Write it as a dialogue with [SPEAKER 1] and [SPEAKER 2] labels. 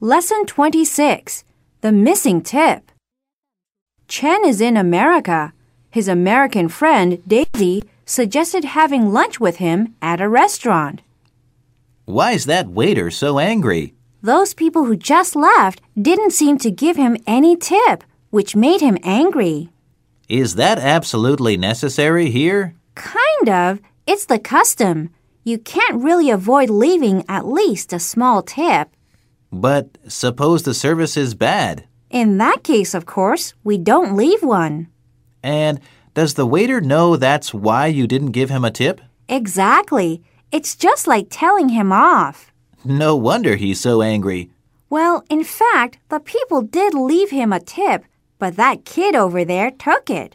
[SPEAKER 1] Lesson 26 The Missing Tip. Chen is in America. His American friend, Daisy, suggested having lunch with him at a restaurant.
[SPEAKER 2] Why is that waiter so angry?
[SPEAKER 1] Those people who just left didn't seem to give him any tip, which made him angry.
[SPEAKER 2] Is that absolutely necessary here?
[SPEAKER 1] Kind of. It's the custom. You can't really avoid leaving at least a small tip.
[SPEAKER 2] But suppose the service is bad.
[SPEAKER 1] In that case, of course, we don't leave one.
[SPEAKER 2] And does the waiter know that's why you didn't give him a tip?
[SPEAKER 1] Exactly. It's just like telling him off.
[SPEAKER 2] No wonder he's so angry.
[SPEAKER 1] Well, in fact, the people did leave him a tip, but that kid over there took it.